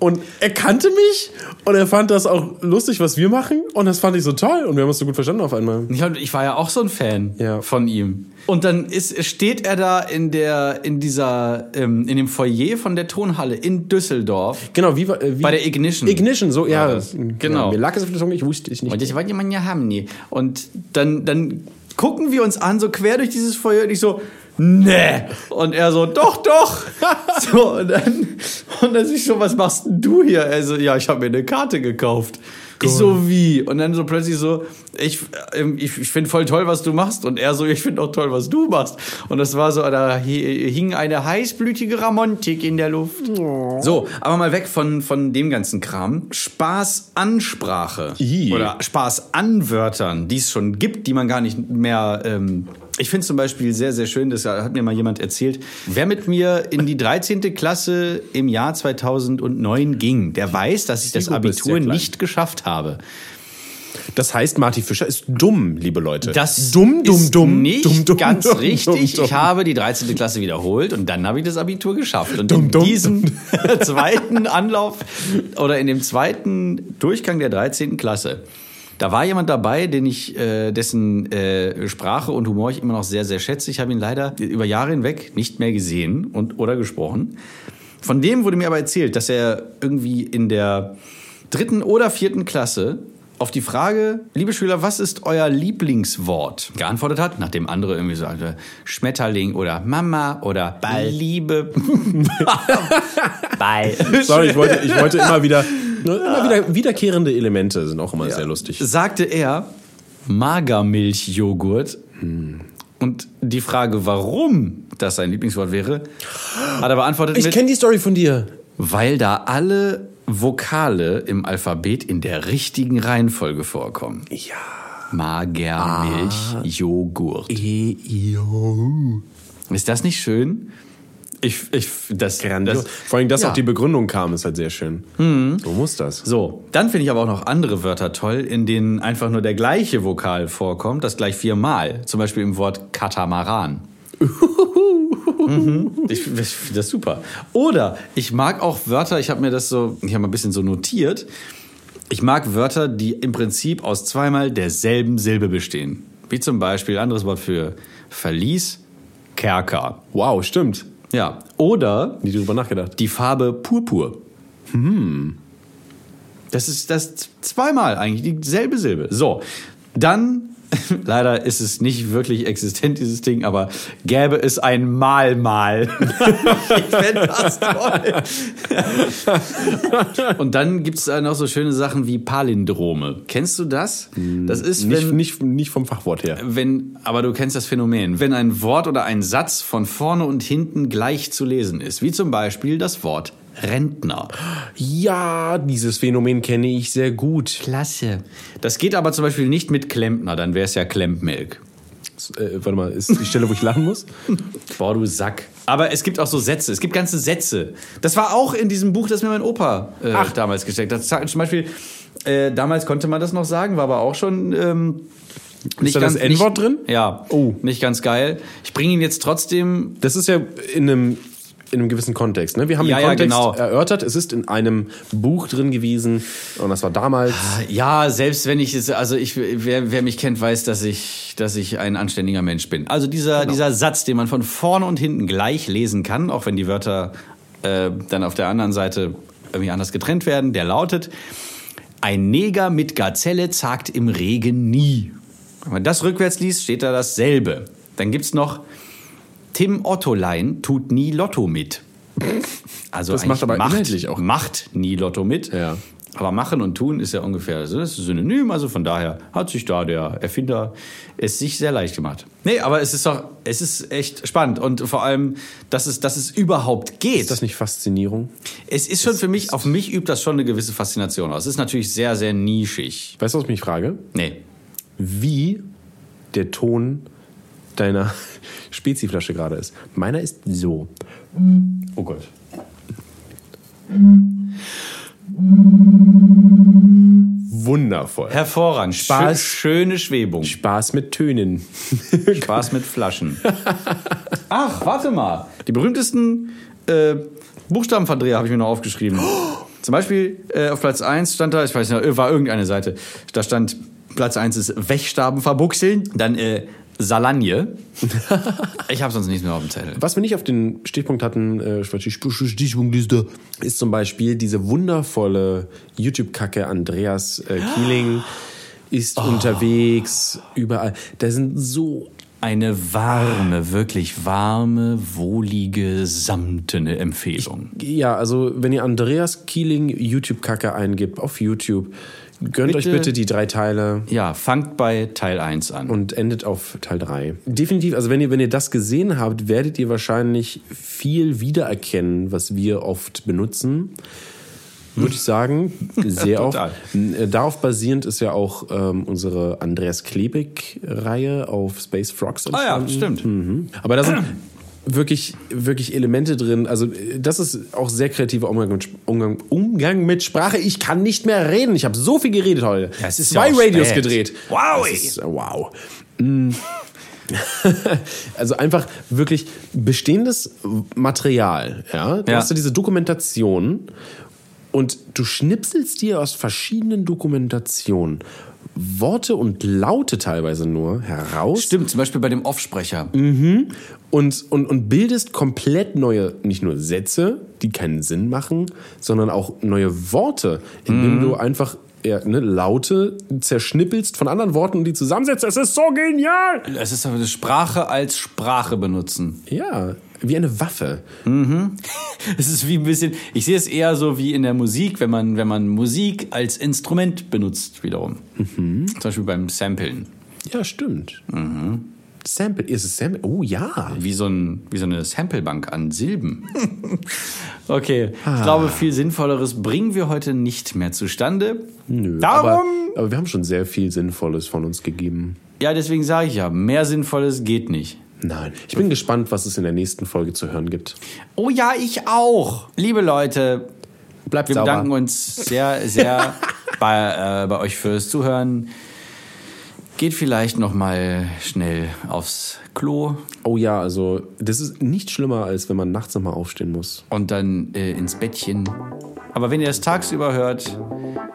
[SPEAKER 2] Und er kannte mich und er fand das auch lustig, was wir machen. Und das fand ich so toll. Und wir haben uns so gut verstanden auf einmal.
[SPEAKER 1] Ich, hab- ich war ja auch so ein Fan
[SPEAKER 2] Ja.
[SPEAKER 1] von ihm. Und dann ist, steht er da in der, in dieser, ähm, in dem Foyer von der Tonhalle in Düsseldorf.
[SPEAKER 2] Genau, wie, war- äh, wie
[SPEAKER 1] Bei der Ignition.
[SPEAKER 2] Ignition, so,
[SPEAKER 1] War
[SPEAKER 2] ja.
[SPEAKER 1] das. Genau.
[SPEAKER 2] Ja, mir lag es auf der Zunge, ich wusste es
[SPEAKER 1] Und
[SPEAKER 2] nicht.
[SPEAKER 1] ich wollte man ja haben nie. Und dann, dann gucken wir uns an, so quer durch dieses Feuer, und ich so, nee. Und er so, doch, doch. so, und dann, und dann ich so, was machst denn du hier? Er so, ja, ich habe mir eine Karte gekauft. Ich so, wie? Und dann so plötzlich so, ich, ähm, ich, ich finde voll toll, was du machst. Und er so, ich finde auch toll, was du machst. Und das war so, da hi- hing eine heißblütige Ramontik in der Luft. So, aber mal weg von, von dem ganzen Kram. Spaß an Sprache.
[SPEAKER 2] Ih.
[SPEAKER 1] Oder Spaß an Wörtern, die es schon gibt, die man gar nicht mehr. Ähm, ich finde zum Beispiel sehr, sehr schön, das hat mir mal jemand erzählt. Wer mit mir in die 13. Klasse im Jahr 2009 ging, der weiß, dass ich das
[SPEAKER 2] Zielgruppe ist sehr
[SPEAKER 1] Abitur
[SPEAKER 2] klein.
[SPEAKER 1] nicht geschafft habe.
[SPEAKER 2] Das heißt, Marty Fischer ist dumm, liebe Leute.
[SPEAKER 1] Das
[SPEAKER 2] dumm, dumm,
[SPEAKER 1] ist
[SPEAKER 2] dumm,
[SPEAKER 1] nicht
[SPEAKER 2] dumm, dumm,
[SPEAKER 1] ganz
[SPEAKER 2] dumm,
[SPEAKER 1] richtig.
[SPEAKER 2] dumm,
[SPEAKER 1] Ich habe die 13. Klasse wiederholt und dann habe ich das Abitur geschafft. Und
[SPEAKER 2] Dumm,
[SPEAKER 1] in
[SPEAKER 2] dumm,
[SPEAKER 1] diesem zweiten Anlauf oder in dem zweiten Durchgang der 13. Klasse, da war jemand dabei, den ich, äh, dessen äh, Sprache und Humor ich immer noch sehr, sehr schätze. Ich habe ihn leider über Jahre hinweg nicht mehr gesehen und oder gesprochen. Von dem wurde mir aber erzählt, dass er irgendwie in der dritten oder vierten Klasse auf die Frage, liebe Schüler, was ist euer Lieblingswort? geantwortet hat, nachdem andere irgendwie sagte, Schmetterling oder Mama oder Ball. Liebe. Ball.
[SPEAKER 2] Sorry, ich wollte, ich wollte immer wieder, ne, immer wieder, wiederkehrende Elemente sind auch immer sehr lustig.
[SPEAKER 1] Sagte er, Magermilchjoghurt. Hm. Und die Frage, warum das sein Lieblingswort wäre, hat er beantwortet
[SPEAKER 2] Ich
[SPEAKER 1] mit,
[SPEAKER 2] kenne die Story von dir.
[SPEAKER 1] Weil da alle Vokale im Alphabet in der richtigen Reihenfolge vorkommen.
[SPEAKER 2] Ja.
[SPEAKER 1] Magermilch, Joghurt. Ist das nicht schön? Ich, ich, das,
[SPEAKER 2] Grandios. Mhm.
[SPEAKER 1] das
[SPEAKER 2] Vor allem, dass
[SPEAKER 1] Ja.
[SPEAKER 2] auch die Begründung kam, ist halt sehr schön. So muss das.
[SPEAKER 1] So, dann finde ich aber auch noch andere Wörter toll, in denen einfach nur der gleiche Vokal vorkommt, das gleich viermal. Zum Beispiel im Wort Katamaran. mhm. Ich, ich finde das super. Oder ich mag auch Wörter, ich habe mir das so, ich habe mal ein bisschen so notiert. Ich mag Wörter, die im Prinzip aus zweimal derselben Silbe bestehen. Wie zum Beispiel, anderes Wort für Verlies, Kerker.
[SPEAKER 2] Wow, stimmt.
[SPEAKER 1] Ja. Oder
[SPEAKER 2] Nie drüber nachgedacht.
[SPEAKER 1] die Farbe Purpur. Hm. Das ist das zweimal eigentlich dieselbe Silbe. So, dann leider ist es nicht wirklich existent dieses Ding, aber gäbe es ein Malmal. ich fände das toll. Und dann gibt es noch so schöne Sachen wie Palindrome. Kennst du das? Das ist
[SPEAKER 2] Nicht,
[SPEAKER 1] wenn
[SPEAKER 2] nicht, nicht vom Fachwort her.
[SPEAKER 1] wenn, aber du kennst das Phänomen, wenn ein Wort oder ein Satz von vorne und hinten gleich zu lesen ist, wie zum Beispiel das Wort Rentner.
[SPEAKER 2] Ja, dieses Phänomen kenne ich sehr gut.
[SPEAKER 1] Klasse. Das geht aber zum Beispiel nicht mit Klempner, dann wäre es ja Klempmilk.
[SPEAKER 2] Äh, warte mal, ist die Stelle, wo ich lachen muss?
[SPEAKER 1] Boah, du Sack. Aber es gibt auch so Sätze, es gibt ganze Sätze. Das war auch in diesem Buch, das mir mein Opa äh,
[SPEAKER 2] Ach.
[SPEAKER 1] damals gesteckt hat. Zum Beispiel, äh, damals konnte man das noch sagen, war aber auch schon... Ähm, nicht
[SPEAKER 2] da das
[SPEAKER 1] ganz- nicht-
[SPEAKER 2] N-Wort drin?
[SPEAKER 1] Ja.
[SPEAKER 2] Oh.
[SPEAKER 1] Nicht ganz geil. Ich bringe ihn jetzt trotzdem
[SPEAKER 2] Das ist ja in einem in einem gewissen Kontext. Ne? Wir haben
[SPEAKER 1] Ja,
[SPEAKER 2] den
[SPEAKER 1] ja,
[SPEAKER 2] Kontext
[SPEAKER 1] genau.
[SPEAKER 2] erörtert. Es ist in einem Buch drin gewesen und das war damals.
[SPEAKER 1] Ja, selbst wenn ich es, also ich, wer, wer mich kennt, weiß, dass ich, dass ich ein anständiger Mensch bin. Also dieser,
[SPEAKER 2] Genau.
[SPEAKER 1] dieser Satz, den man von vorne und hinten gleich lesen kann, auch wenn die Wörter äh, dann auf der anderen Seite irgendwie anders getrennt werden, der lautet: Ein Neger mit Gazelle zagt im Regen nie. Wenn man das rückwärts liest, steht da dasselbe. Dann gibt's noch: Tim Ottolein tut nie Lotto mit. Also
[SPEAKER 2] Das
[SPEAKER 1] eigentlich
[SPEAKER 2] macht aber inhaltlich auch
[SPEAKER 1] macht nie Lotto mit.
[SPEAKER 2] Ja.
[SPEAKER 1] Aber machen und tun ist ja ungefähr das ist synonym, also von daher hat sich da der Erfinder es sich sehr leicht gemacht. Nee, aber es ist doch, es ist echt spannend und vor allem, dass es, dass es überhaupt geht.
[SPEAKER 2] Ist das nicht Faszinierung?
[SPEAKER 1] es ist schon für mich, auf mich übt das schon eine gewisse Faszination aus. Es ist natürlich sehr, sehr nischig.
[SPEAKER 2] Weißt du, was ich mich frage?
[SPEAKER 1] Nee.
[SPEAKER 2] Wie der Ton deiner Speziflasche gerade ist. Meiner ist so.
[SPEAKER 1] Oh Gott.
[SPEAKER 2] Wundervoll.
[SPEAKER 1] Hervorragend.
[SPEAKER 2] Spaß.
[SPEAKER 1] Schö- schöne Schwebung.
[SPEAKER 2] Spaß mit Tönen.
[SPEAKER 1] Spaß mit Flaschen. Ach, warte mal. Die berühmtesten äh, Buchstabenverdreher habe ich mir noch aufgeschrieben. Zum Beispiel äh, auf Platz 1 stand da, ich weiß nicht, äh, war irgendeine Seite. Da stand, Platz 1 ist Wechstaben verbuchseln. Dann äh, Salagne. Ich habe sonst nichts mehr auf dem Zettel.
[SPEAKER 2] Was wir nicht auf den Stichpunkt hatten, äh, Stichpunktliste, ist zum Beispiel diese wundervolle YouTube-Kacke Andreas äh, Kieling ist unterwegs, überall. Da sind so
[SPEAKER 1] Eine warme, wirklich warme, wohlige, samtene Empfehlung.
[SPEAKER 2] Ja, also wenn ihr Andreas Kieling YouTube-Kacke eingibt auf YouTube, gönnt
[SPEAKER 1] Bitte.
[SPEAKER 2] euch bitte die drei Teile
[SPEAKER 1] Ja, fangt bei Teil 1 an.
[SPEAKER 2] und endet auf Teil 3. Definitiv, also wenn ihr, wenn ihr das gesehen habt, werdet ihr wahrscheinlich viel wiedererkennen, was wir oft benutzen. Würde ich sagen, sehr oft.
[SPEAKER 1] Total.
[SPEAKER 2] Äh, Darauf basierend ist ja auch ähm, unsere Andreas Klebig-Reihe auf Space Frogs
[SPEAKER 1] Ah ja,
[SPEAKER 2] entstanden.
[SPEAKER 1] stimmt.
[SPEAKER 2] Mhm. Aber da sind wirklich, wirklich Elemente drin. Also, äh, das ist auch sehr kreativer Umgang mit, Sp- Umgang, Umgang mit Sprache. Ich kann nicht mehr reden. Ich habe so viel geredet heute.
[SPEAKER 1] Ja, es ist
[SPEAKER 2] Zwei
[SPEAKER 1] ja auch
[SPEAKER 2] Radios
[SPEAKER 1] spät.
[SPEAKER 2] gedreht.
[SPEAKER 1] Wow.
[SPEAKER 2] Das Ist, äh, wow. Mm. also einfach wirklich bestehendes Material. Ja? Du
[SPEAKER 1] Ja.
[SPEAKER 2] hast ja diese Dokumentation und du schnipselst dir aus verschiedenen Dokumentationen Worte und Laute teilweise nur heraus
[SPEAKER 1] Stimmt, zum Beispiel bei dem Offsprecher.
[SPEAKER 2] und, und, und bildest komplett neue, nicht nur Sätze, die keinen Sinn machen, sondern auch neue Worte,
[SPEAKER 1] Mhm.
[SPEAKER 2] indem du einfach ja, ne, Laute zerschnippelst von anderen Worten und die zusammensetzt. Es ist so genial!
[SPEAKER 1] Es ist aber eine Sprache als Sprache benutzen.
[SPEAKER 2] Ja, wie eine Waffe.
[SPEAKER 1] Es ist wie ein bisschen, ich sehe es eher so wie in der Musik, wenn man, wenn man Musik als Instrument benutzt, wiederum. Zum Beispiel beim Samplen.
[SPEAKER 2] Ja, stimmt.
[SPEAKER 1] Mhm.
[SPEAKER 2] Sample, ist es Sample? Oh ja.
[SPEAKER 1] Wie so, ein, wie so eine Samplebank an Silben. okay, ich glaube, viel Sinnvolleres bringen wir heute nicht mehr zustande. Nö,
[SPEAKER 2] Aber,
[SPEAKER 1] Darum.
[SPEAKER 2] aber wir haben schon sehr viel Sinnvolles von uns gegeben.
[SPEAKER 1] ja, deswegen sage ich ja, mehr Sinnvolles geht nicht.
[SPEAKER 2] Nein. Ich bin gespannt, was es in der nächsten Folge zu hören gibt.
[SPEAKER 1] Oh ja, ich auch. Liebe Leute,
[SPEAKER 2] Bleibt
[SPEAKER 1] wir
[SPEAKER 2] sauber.
[SPEAKER 1] bedanken uns sehr, sehr bei, äh, bei euch fürs Zuhören. Geht vielleicht noch mal schnell aufs Klo
[SPEAKER 2] Oh ja, also das ist nicht schlimmer, als wenn man nachts nochmal aufstehen muss.
[SPEAKER 1] und dann äh, ins Bettchen. Aber wenn ihr es tagsüber hört,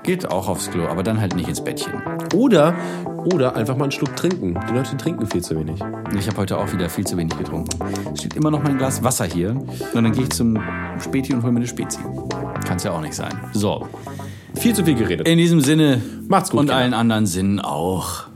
[SPEAKER 1] geht auch aufs Klo, aber dann halt nicht ins Bettchen.
[SPEAKER 2] Oder, oder einfach mal einen Schluck trinken. Die Leute trinken viel zu wenig.
[SPEAKER 1] Ich habe heute auch wieder viel zu wenig getrunken. Es steht immer noch mein Glas Wasser hier. Und dann gehe ich zum Späti und hole mir eine Spezi. Kann es ja auch nicht sein. So,
[SPEAKER 2] Viel zu viel geredet.
[SPEAKER 1] in diesem Sinne.
[SPEAKER 2] Macht's gut,
[SPEAKER 1] Und
[SPEAKER 2] Kinder.
[SPEAKER 1] allen anderen Sinnen auch.